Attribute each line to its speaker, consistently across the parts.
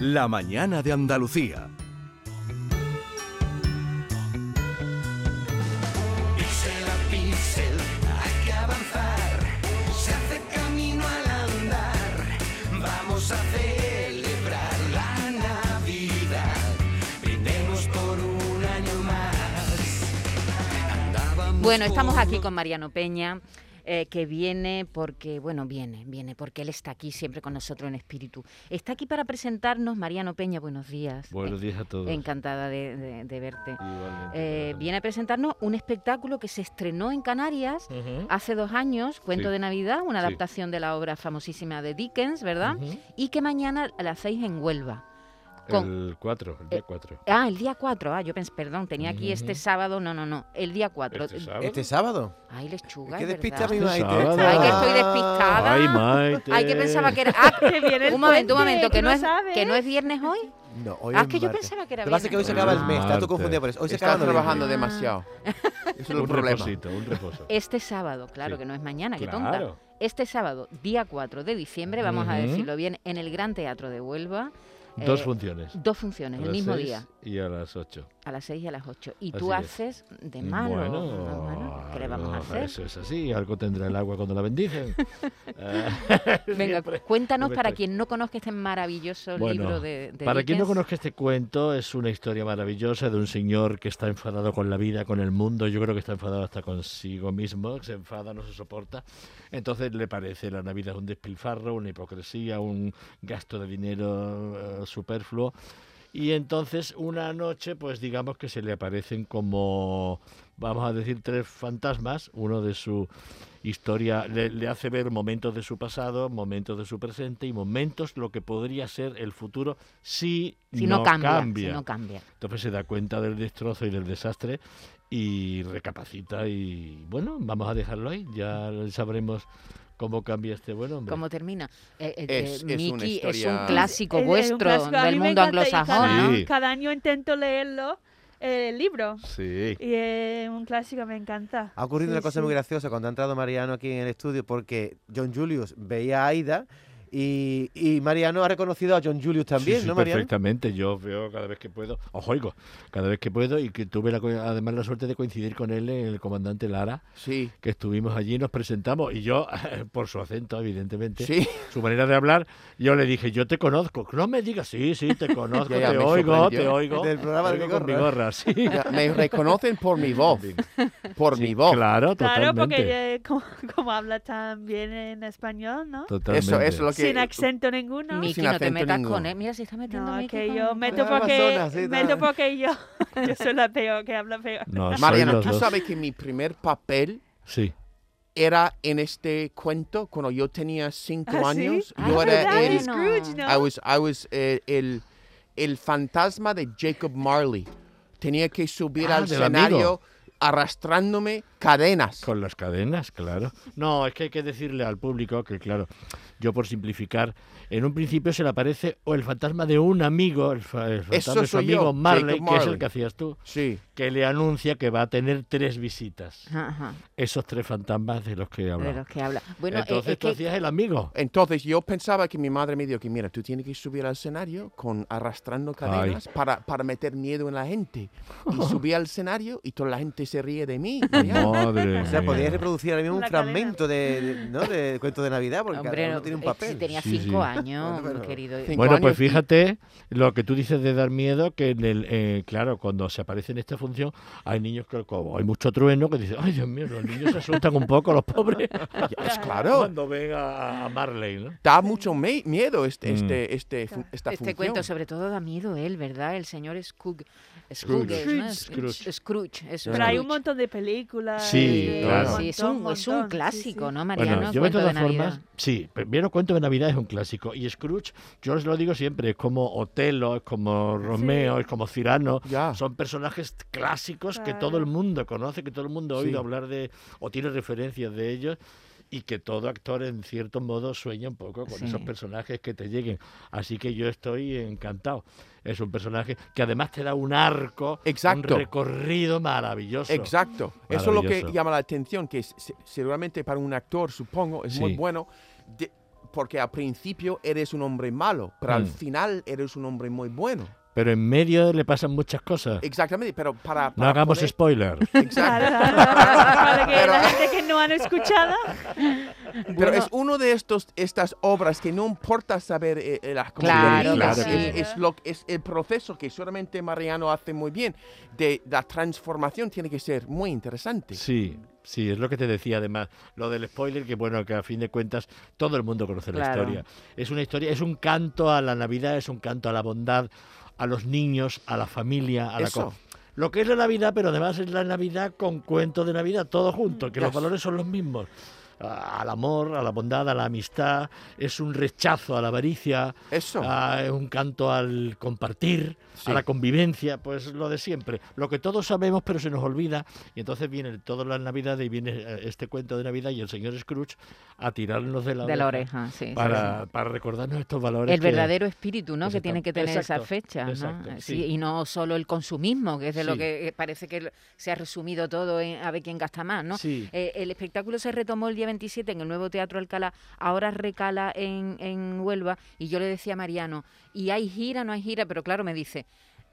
Speaker 1: La mañana de Andalucía.
Speaker 2: Pixel a pixel hay que avanzar, se hace camino al andar, vamos a celebrar la Navidad, brindemos por un año más. Andábamos
Speaker 3: Bueno, estamos
Speaker 2: por
Speaker 3: aquí con Mariano Peña, eh, que viene porque, bueno, viene, viene porque él está aquí siempre con nosotros en espíritu. Está aquí para presentarnos, Mariano Peña, buenos días.
Speaker 4: Buenos días a todos.
Speaker 3: Eh, Encantada de, de- de verte. Eh,
Speaker 4: Igualmente,
Speaker 3: viene a presentarnos un espectáculo que se estrenó en Canarias
Speaker 4: Ujú.
Speaker 3: hace dos años, Cuento
Speaker 4: Sí.
Speaker 3: de Navidad, una
Speaker 4: Sí.
Speaker 3: adaptación de la obra famosísima de Dickens, ¿verdad?
Speaker 4: Ujú.
Speaker 3: Y que mañana la hacéis en Huelva. con-
Speaker 4: El 4, el día 4.
Speaker 3: Ah, el día 4, ah, yo pensé, perdón, tenía aquí este
Speaker 4: Ujú.
Speaker 3: sábado, no, no, no, el día 4.
Speaker 4: Este sábado.
Speaker 5: ¿Este sábado?
Speaker 3: Ay, lechuga,
Speaker 5: Qué
Speaker 3: es
Speaker 5: despista
Speaker 3: verdad.
Speaker 5: mi
Speaker 4: Este
Speaker 5: Maite.
Speaker 4: sábado.
Speaker 3: Ay, que estoy despistada.
Speaker 4: Ay, Maite.
Speaker 3: Ay, que pensaba que era. Ah,
Speaker 6: viene el
Speaker 3: un momento, un
Speaker 6: puente,
Speaker 3: momento, que
Speaker 6: que
Speaker 3: no,
Speaker 6: no
Speaker 3: es, que no es viernes hoy.
Speaker 5: No, hoy
Speaker 3: Ah,
Speaker 5: es
Speaker 3: es que yo
Speaker 5: martes.
Speaker 3: pensaba que era
Speaker 5: Lo que pasa es que hoy se
Speaker 3: viernes.
Speaker 5: acaba el mes, estás tú
Speaker 4: Martes.
Speaker 5: confundida por eso. Hoy se
Speaker 7: Estás
Speaker 5: acaba noviembre.
Speaker 7: trabajando
Speaker 3: Ah.
Speaker 7: demasiado. Eso es
Speaker 4: un
Speaker 7: un problema.
Speaker 4: reposito, un reposo.
Speaker 3: Este sábado, claro
Speaker 4: Sí.
Speaker 3: que no es mañana, que tonta.
Speaker 4: Claro.
Speaker 3: Este sábado, día 4 de diciembre, vamos a
Speaker 4: Ujú.
Speaker 3: decirlo bien, en el Gran Teatro de Huelva. eh,
Speaker 4: Dos funciones.
Speaker 3: Dos
Speaker 4: a
Speaker 3: funciones, el
Speaker 4: las
Speaker 3: mismo
Speaker 4: seis
Speaker 3: día,
Speaker 4: Y a las 8.
Speaker 3: a las 6 y a las 8. Y tú
Speaker 4: Así es.
Speaker 3: haces de malo.
Speaker 4: Bueno,
Speaker 3: ¿no? Ah, Bueno, ¿Qué le vamos a
Speaker 4: algo-
Speaker 3: hacer?
Speaker 4: Eso es así, algo tendrá el agua cuando la bendigen. Ah,
Speaker 3: Venga,
Speaker 4: siempre.
Speaker 3: cuéntanos
Speaker 4: Siempre
Speaker 3: para
Speaker 4: estoy.
Speaker 3: quien no conozca este maravilloso
Speaker 4: Bueno,
Speaker 3: libro de, de
Speaker 4: Para quien no
Speaker 3: Dickens.
Speaker 4: conozca este cuento, es una historia maravillosa de un señor que está enfadado con la vida, con el mundo. Yo creo que está enfadado hasta consigo mismo. Se enfada, no se soporta. Entonces le parece la Navidad un despilfarro, una hipocresía, un gasto de dinero eh, superfluo. Y entonces una noche, pues digamos que se le aparecen como, vamos a decir, tres fantasmas. Uno de su historia le, le hace ver momentos de su pasado, momentos de su presente y momentos lo que podría ser el futuro si,
Speaker 3: Si no, cambia,
Speaker 4: cambia.
Speaker 3: si no cambia.
Speaker 4: Entonces se da cuenta del destrozo y del desastre y recapacita y bueno, vamos a dejarlo ahí. Ya sabremos cómo cambia este buen hombre.
Speaker 3: ¿Cómo termina? Eh, eh,
Speaker 7: Es-
Speaker 3: eh,
Speaker 7: es una
Speaker 3: Mickey es un
Speaker 7: historia-
Speaker 3: clásico
Speaker 6: Es- es un
Speaker 3: vuestro
Speaker 6: clásico. A
Speaker 3: del
Speaker 6: mí me
Speaker 3: mundo
Speaker 6: encanta y
Speaker 3: anglosajón,
Speaker 6: Cada,
Speaker 3: ¿no?
Speaker 4: Sí.
Speaker 6: cada año intento leerlo, eh, el libro.
Speaker 4: Sí.
Speaker 6: Y es un clásico, me encanta.
Speaker 5: Ha ocurrido
Speaker 6: Sí,
Speaker 5: una cosa
Speaker 6: sí.
Speaker 5: muy graciosa cuando ha entrado Mariano aquí en el estudio porque John Julius veía a Aida y, y Mariano ha reconocido a John Julius también,
Speaker 4: Sí, sí,
Speaker 5: ¿no, Mariano?
Speaker 4: perfectamente. Yo veo cada vez que puedo, os oigo, cada vez que puedo y que tuve la co- además la suerte de coincidir con él en el comandante Lara,
Speaker 7: Sí.
Speaker 4: que estuvimos allí, nos presentamos y yo, por su acento, evidentemente,
Speaker 7: Sí.
Speaker 4: su manera de hablar, yo le dije, yo te conozco. No me digas, sí, sí, te conozco,
Speaker 7: Ya, ya,
Speaker 4: te
Speaker 7: me
Speaker 4: oigo,
Speaker 7: sorprendió. ¿eh?
Speaker 4: te oigo.
Speaker 5: Del programa de
Speaker 4: Oigo con
Speaker 5: Bigorra.
Speaker 4: Bigorra, sí.
Speaker 7: Ya, Me reconocen por mi voz. Por mi voz.
Speaker 4: Claro,
Speaker 6: Claro,
Speaker 4: totalmente.
Speaker 6: porque eh, como, como habla tan bien en español, ¿no?
Speaker 4: Totalmente.
Speaker 7: Eso, eso es lo que.
Speaker 6: Sin acento ninguno.
Speaker 3: Miki,
Speaker 7: Sin
Speaker 3: no te
Speaker 7: acento
Speaker 3: metas
Speaker 7: ninguno.
Speaker 3: con él. Mira, se está metiendo
Speaker 6: No,
Speaker 3: Miki.
Speaker 6: es que
Speaker 3: con-
Speaker 6: yo
Speaker 3: con-
Speaker 6: meto
Speaker 5: Con
Speaker 6: porque,
Speaker 5: Amazonas, sí,
Speaker 6: meto
Speaker 5: tal.
Speaker 6: porque yo, yo soy la peor, que habla peor.
Speaker 4: No, sois
Speaker 7: Mariano,
Speaker 4: los
Speaker 7: tú
Speaker 4: dos.
Speaker 7: sabes que mi primer papel
Speaker 4: Sí.
Speaker 7: era en este cuento cuando yo tenía cinco
Speaker 6: ¿Ah, sí?
Speaker 7: años.
Speaker 3: Ah,
Speaker 7: Yo
Speaker 3: ¿verdad?
Speaker 7: era
Speaker 3: Eres
Speaker 7: el.
Speaker 6: Scrooge, ¿no?
Speaker 7: I was, I was eh, el, el fantasma de Jacob Marley. Tenía que subir
Speaker 4: Ah,
Speaker 7: al
Speaker 4: del amigo.
Speaker 7: escenario arrastrándome cadenas.
Speaker 4: Con las cadenas, claro. No, es que hay que decirle al público que, claro, yo por simplificar, en un principio se le aparece o el fantasma de un amigo, el, fa- el fantasma
Speaker 7: Eso
Speaker 4: de su
Speaker 7: soy yo,
Speaker 4: amigo Marley,
Speaker 7: Jacob
Speaker 4: que es el
Speaker 7: Marley.
Speaker 4: que hacías tú,
Speaker 7: Sí.
Speaker 4: que le anuncia que va a tener tres visitas.
Speaker 3: Ajá,
Speaker 4: Esos tres fantasmas de los que
Speaker 3: de
Speaker 4: hablaba.
Speaker 3: los que habla. Bueno, eh,
Speaker 4: Entonces
Speaker 3: es
Speaker 4: tú
Speaker 3: que-
Speaker 4: hacías el amigo.
Speaker 7: Entonces yo pensaba que mi madre me dijo que mira, tú tienes que subir al escenario con arrastrando cadenas para, para meter miedo en la gente. Y subí al escenario y toda la gente se ríe de mí. Mariano.
Speaker 4: Madre
Speaker 5: O sea, podríais
Speaker 4: mía.
Speaker 5: reproducir ahora mismo un
Speaker 6: La cadena.
Speaker 5: fragmento de, de- ¿no? de cuento de Navidad porque
Speaker 3: hombre,
Speaker 5: cada uno
Speaker 3: no,
Speaker 5: tiene un
Speaker 3: eh,
Speaker 5: papel.
Speaker 3: Si tenía
Speaker 4: Sí,
Speaker 3: cinco
Speaker 4: sí.
Speaker 3: años,
Speaker 5: Bueno,
Speaker 3: mi querido.
Speaker 7: Cinco
Speaker 4: Bueno, pues
Speaker 7: años y-
Speaker 4: fíjate lo que tú dices de dar miedo, que en el, eh, claro, cuando se aparece en esta función hay niños que como hay mucho trueno que dicen, ay Dios mío, los niños se asustan un poco, los pobres,
Speaker 7: Pues claro,
Speaker 4: cuando ven a, a Marley, ¿no?
Speaker 7: da mucho me- miedo este,
Speaker 4: Mm.
Speaker 7: este, este, fu- esta
Speaker 3: Este
Speaker 7: función.
Speaker 3: cuento sobre todo da miedo él, ¿verdad? El señor Scrooge.
Speaker 4: Scrooge.
Speaker 3: Scrooge, ¿no?
Speaker 4: Scrooge.
Speaker 3: Scrooge, es
Speaker 6: Pero hay un
Speaker 3: Scrooge.
Speaker 6: montón de películas.
Speaker 4: Sí,
Speaker 6: de-
Speaker 4: claro.
Speaker 3: Sí, es un,
Speaker 6: montón,
Speaker 3: es un
Speaker 6: montón, sí,
Speaker 3: clásico,
Speaker 6: sí.
Speaker 3: ¿no, Mariano?
Speaker 4: Bueno, yo de
Speaker 3: Cuento
Speaker 4: todas
Speaker 3: Navidad.
Speaker 4: formas, sí, primero Cuento de Navidad es un clásico y Scrooge, yo os lo digo siempre, es como Otelo, es como Romeo, es como Cirano,
Speaker 7: Ya.
Speaker 4: son personajes clásicos que
Speaker 6: Claro.
Speaker 4: todo el mundo conoce, que todo el mundo ha oído
Speaker 7: Sí.
Speaker 4: hablar de o tiene referencias de ellos y que todo actor en cierto modo sueña un poco con
Speaker 3: Sí.
Speaker 4: esos personajes que te lleguen. Así que yo estoy encantado. Es un personaje que además te da un arco,
Speaker 7: Exacto.
Speaker 4: un recorrido maravilloso.
Speaker 7: Exacto. Eso es lo que
Speaker 4: Maravilloso.
Speaker 7: llama la atención, que es- se- seguramente para un actor, supongo, es muy
Speaker 4: Sí.
Speaker 7: bueno de- porque al principio eres un hombre malo, pero al
Speaker 4: Mm.
Speaker 7: final eres un hombre muy bueno.
Speaker 4: Pero en medio le pasan muchas cosas.
Speaker 7: Exactamente, pero para...
Speaker 4: Ah. No
Speaker 7: para
Speaker 4: hagamos
Speaker 7: poder-
Speaker 4: spoiler.
Speaker 7: Exacto.
Speaker 6: Claro, claro, Para que
Speaker 7: Pero-
Speaker 6: la gente que no han escuchado.
Speaker 7: Pero es uno de estos estas obras que no importa saber eh, eh, las
Speaker 3: Claro,
Speaker 7: conclusiones,
Speaker 4: claro que
Speaker 7: es,
Speaker 6: sí.
Speaker 7: es lo es el proceso que solamente Mariano hace muy bien de la transformación tiene que ser muy interesante.
Speaker 4: Sí, sí, es lo que te decía además, lo del spoiler, que bueno, que a fin de cuentas todo el mundo conoce la
Speaker 3: Claro.
Speaker 4: historia. Es una historia, es un canto a la Navidad, es un canto a la bondad, a los niños, a la familia, a la
Speaker 7: Eso.
Speaker 4: co- Lo que es la Navidad, pero además es la Navidad con cuentos de Navidad, todo junto, que los
Speaker 7: Yes.
Speaker 4: valores son los mismos. A- Al amor, a la bondad, a la amistad, es un rechazo a la avaricia,
Speaker 7: Eso.
Speaker 4: Ah, es un canto al compartir,
Speaker 7: Sí.
Speaker 4: a la convivencia, pues lo de siempre. Lo que todos sabemos pero se nos olvida. Y entonces viene todas las navidades y viene eh, este cuento de Navidad y el señor Scrooge a tirarnos de la,
Speaker 3: de la oreja, sí. sí,
Speaker 4: Para,
Speaker 3: sí.
Speaker 4: para recordarnos estos valores.
Speaker 3: El
Speaker 4: que-
Speaker 3: verdadero espíritu, ¿no? Que
Speaker 4: Exacto.
Speaker 3: tiene que tener
Speaker 4: Exacto,
Speaker 3: esa fecha, ¿no?
Speaker 4: exacto,
Speaker 3: Sí,
Speaker 4: sí.
Speaker 3: Y no solo el consumismo, que es de lo
Speaker 4: Sí.
Speaker 3: que eh, parece que se ha resumido todo en a ver quién gasta más, ¿no?
Speaker 4: Sí.
Speaker 3: Eh, el espectáculo se retomó el día 27 en el nuevo Teatro Alcalá, ahora recala en, en Huelva y yo le decía a Mariano, ¿y hay gira, no hay gira? Pero claro, me dice,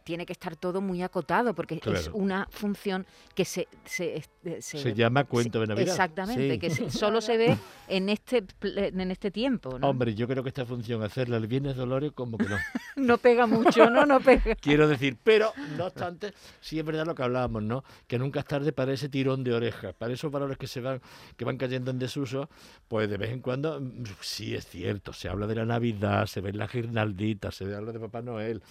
Speaker 3: tiene que estar todo muy acotado porque es
Speaker 4: Claro.
Speaker 3: una función que se... se, eh, se-
Speaker 4: Se llama cuento de Navidad.
Speaker 3: Exactamente,
Speaker 7: Sí.
Speaker 3: que se- solo se ve en este, pl- en este tiempo. ¿no?
Speaker 4: Hombre, yo creo que esta función, hacerla el viernes Dolores, como que no.
Speaker 3: No pega mucho, no, no pega.
Speaker 4: Quiero decir, pero no obstante, sí es verdad lo que hablábamos, ¿no? Que nunca es tarde para ese tirón de orejas, para esos valores que se van, que van cayendo en desuso, pues de vez en cuando mm, sí es cierto, se habla de la Navidad, se ven las guirnalditas, se habla de Papá Noel.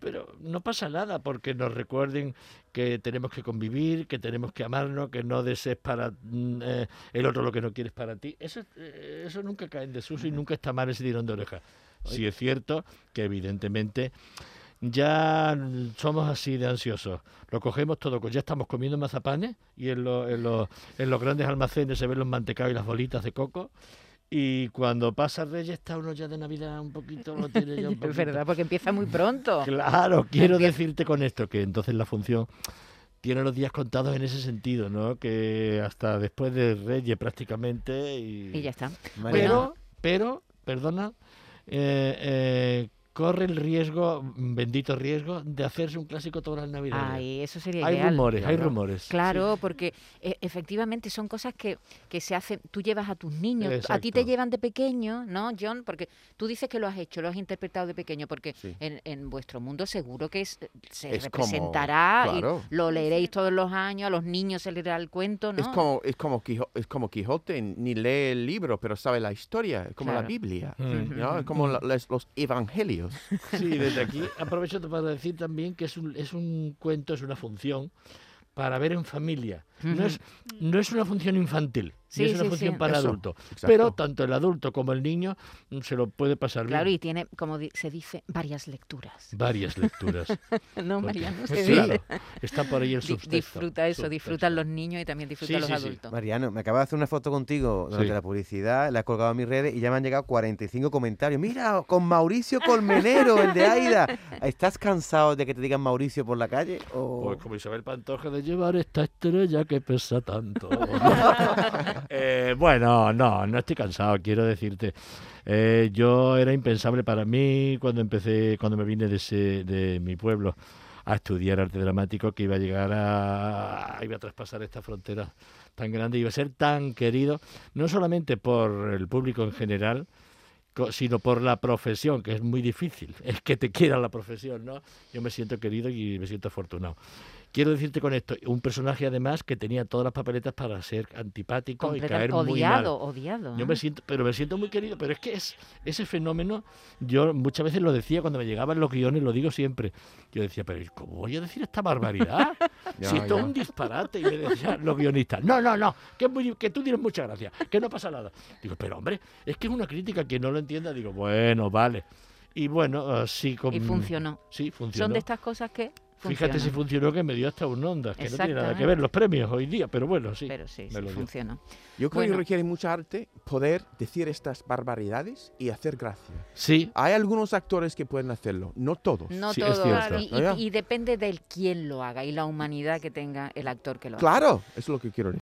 Speaker 4: Pero no pasa nada porque nos recuerden que tenemos que convivir, que tenemos que amarnos, que no desees para mm, eh, el otro lo que no quieres para ti. Eso, eh, eso nunca cae en desuso y nunca está mal ese tirón de orejas. Sí es cierto que evidentemente ya mm, somos así de ansiosos. Lo cogemos todo, co- ya estamos comiendo mazapanes y en, los- en los- en los grandes almacenes se ven los mantecados y las bolitas de coco. Y cuando pasa Reyes está uno ya de Navidad un poquito, lo tiene ya un
Speaker 3: Es
Speaker 4: poquito.
Speaker 3: verdad, porque empieza muy pronto.
Speaker 4: Claro, quiero decirte con esto que entonces la función tiene los días contados en ese sentido, ¿no? Que hasta después de Reyes prácticamente y,
Speaker 3: Y ya está.
Speaker 5: Mariano,
Speaker 4: pero, pero, perdona, eh, eh, corre el riesgo, bendito riesgo, de hacerse un clásico todas las navidades.
Speaker 3: Ay, eso sería
Speaker 4: hay
Speaker 3: ideal.
Speaker 4: rumores, hay
Speaker 7: claro.
Speaker 4: rumores.
Speaker 3: Claro, porque e- efectivamente son cosas que, que se hacen. Tú llevas a tus niños, a ti te
Speaker 4: Exacto.
Speaker 3: llevan de pequeño, ¿no, John? Porque tú dices que lo has hecho, lo has interpretado de pequeño, porque
Speaker 7: Sí.
Speaker 3: en, en vuestro mundo seguro que es- se
Speaker 7: Es como-
Speaker 3: representará
Speaker 7: claro.
Speaker 3: y lo leeréis todos los años, a los niños se les dará el cuento, ¿no?
Speaker 7: Es como es como Quijo- es como Quijote, ni lee el libro, pero sabe la historia, es como la
Speaker 3: Claro.
Speaker 7: Biblia,
Speaker 4: Mm.
Speaker 7: ¿no? Es como la- las- los evangelios.
Speaker 4: Sí, desde aquí aprovecho para decir también que es un, es un cuento, es una función para ver en familia. No es, no es una función infantil, ni
Speaker 3: Sí,
Speaker 4: es una
Speaker 3: sí,
Speaker 4: función
Speaker 3: sí.
Speaker 4: para
Speaker 7: Eso,
Speaker 4: adultos.
Speaker 7: exacto.
Speaker 4: Pero tanto el adulto como el niño mm, se lo puede pasar
Speaker 3: Claro,
Speaker 4: bien.
Speaker 3: y tiene, como di- se dice, varias lecturas.
Speaker 4: Varias lecturas.
Speaker 3: ¿No,
Speaker 4: porque-
Speaker 3: Mariano?
Speaker 4: Sí,
Speaker 3: Se dice.
Speaker 4: Pues claro, está por ahí el
Speaker 3: Di-
Speaker 4: subtexto.
Speaker 3: Disfruta eso, disfrutan
Speaker 4: subtexto.
Speaker 3: los niños y también disfrutan
Speaker 4: Sí,
Speaker 3: los
Speaker 4: sí, sí.
Speaker 3: adultos.
Speaker 5: Mariano, me acabo de hacer una foto contigo durante
Speaker 4: Sí.
Speaker 5: la publicidad, la he colgado en mis redes y ya me han llegado 45 comentarios. Mira, con Mauricio Colmenero, el de Aida. ¿Estás cansado de que te digan Mauricio por la calle? O...
Speaker 4: Pues como Isabel Pantoja de llevar esta estrella que pesa tanto. Eh, bueno, no, no estoy cansado, quiero decirte. Eh, yo era impensable para mí cuando empecé, cuando me vine de, ese- de mi pueblo a estudiar arte dramático que iba a llegar a... iba a traspasar esta frontera tan grande, iba a ser tan querido, no solamente por el público en general, co- sino por la profesión, que es muy difícil. Es que te quiera la profesión, ¿no? Yo me siento querido y me siento afortunado. Quiero decirte con esto, un personaje además que tenía todas las papeletas para ser antipático y caer
Speaker 3: Completamente
Speaker 4: muy mal.
Speaker 3: odiado, odiado.
Speaker 4: Yo
Speaker 3: ¿eh?
Speaker 4: me siento, pero me siento muy querido, pero es que es ese fenómeno, yo muchas veces lo decía cuando me llegaban los guiones, lo digo siempre. Yo decía, pero ¿y ¿cómo voy a decir esta barbaridad? si
Speaker 7: Ya,
Speaker 4: esto es
Speaker 7: ya.
Speaker 4: un disparate. Y me decían los guionistas, no, no, no, que, es muy- que tú tienes mucha gracia, que no pasa nada. Digo, pero hombre, es que es una crítica que no lo entienda. Digo, bueno, vale. Y bueno, así como.
Speaker 3: Y funcionó.
Speaker 4: Sí, funcionó.
Speaker 3: Son de estas cosas que
Speaker 4: Fíjate si
Speaker 3: funcionan,
Speaker 4: funcionó que me dio hasta un onda, que no tiene nada que ver los premios hoy día, pero bueno, sí.
Speaker 3: Pero sí,
Speaker 4: me
Speaker 3: sí
Speaker 4: lo dio.
Speaker 3: funcionó.
Speaker 7: Yo creo
Speaker 3: Bueno.
Speaker 7: que requiere mucha arte poder decir estas barbaridades y hacer gracia.
Speaker 4: Sí,
Speaker 7: Hay algunos actores que pueden hacerlo, no todos.
Speaker 3: No
Speaker 4: Sí, es
Speaker 3: todo.
Speaker 4: cierto.
Speaker 3: y, y-
Speaker 7: Claro.
Speaker 3: y depende del quién lo haga y la humanidad que tenga el actor que lo haga.
Speaker 7: Claro, eso es lo que quiero decir.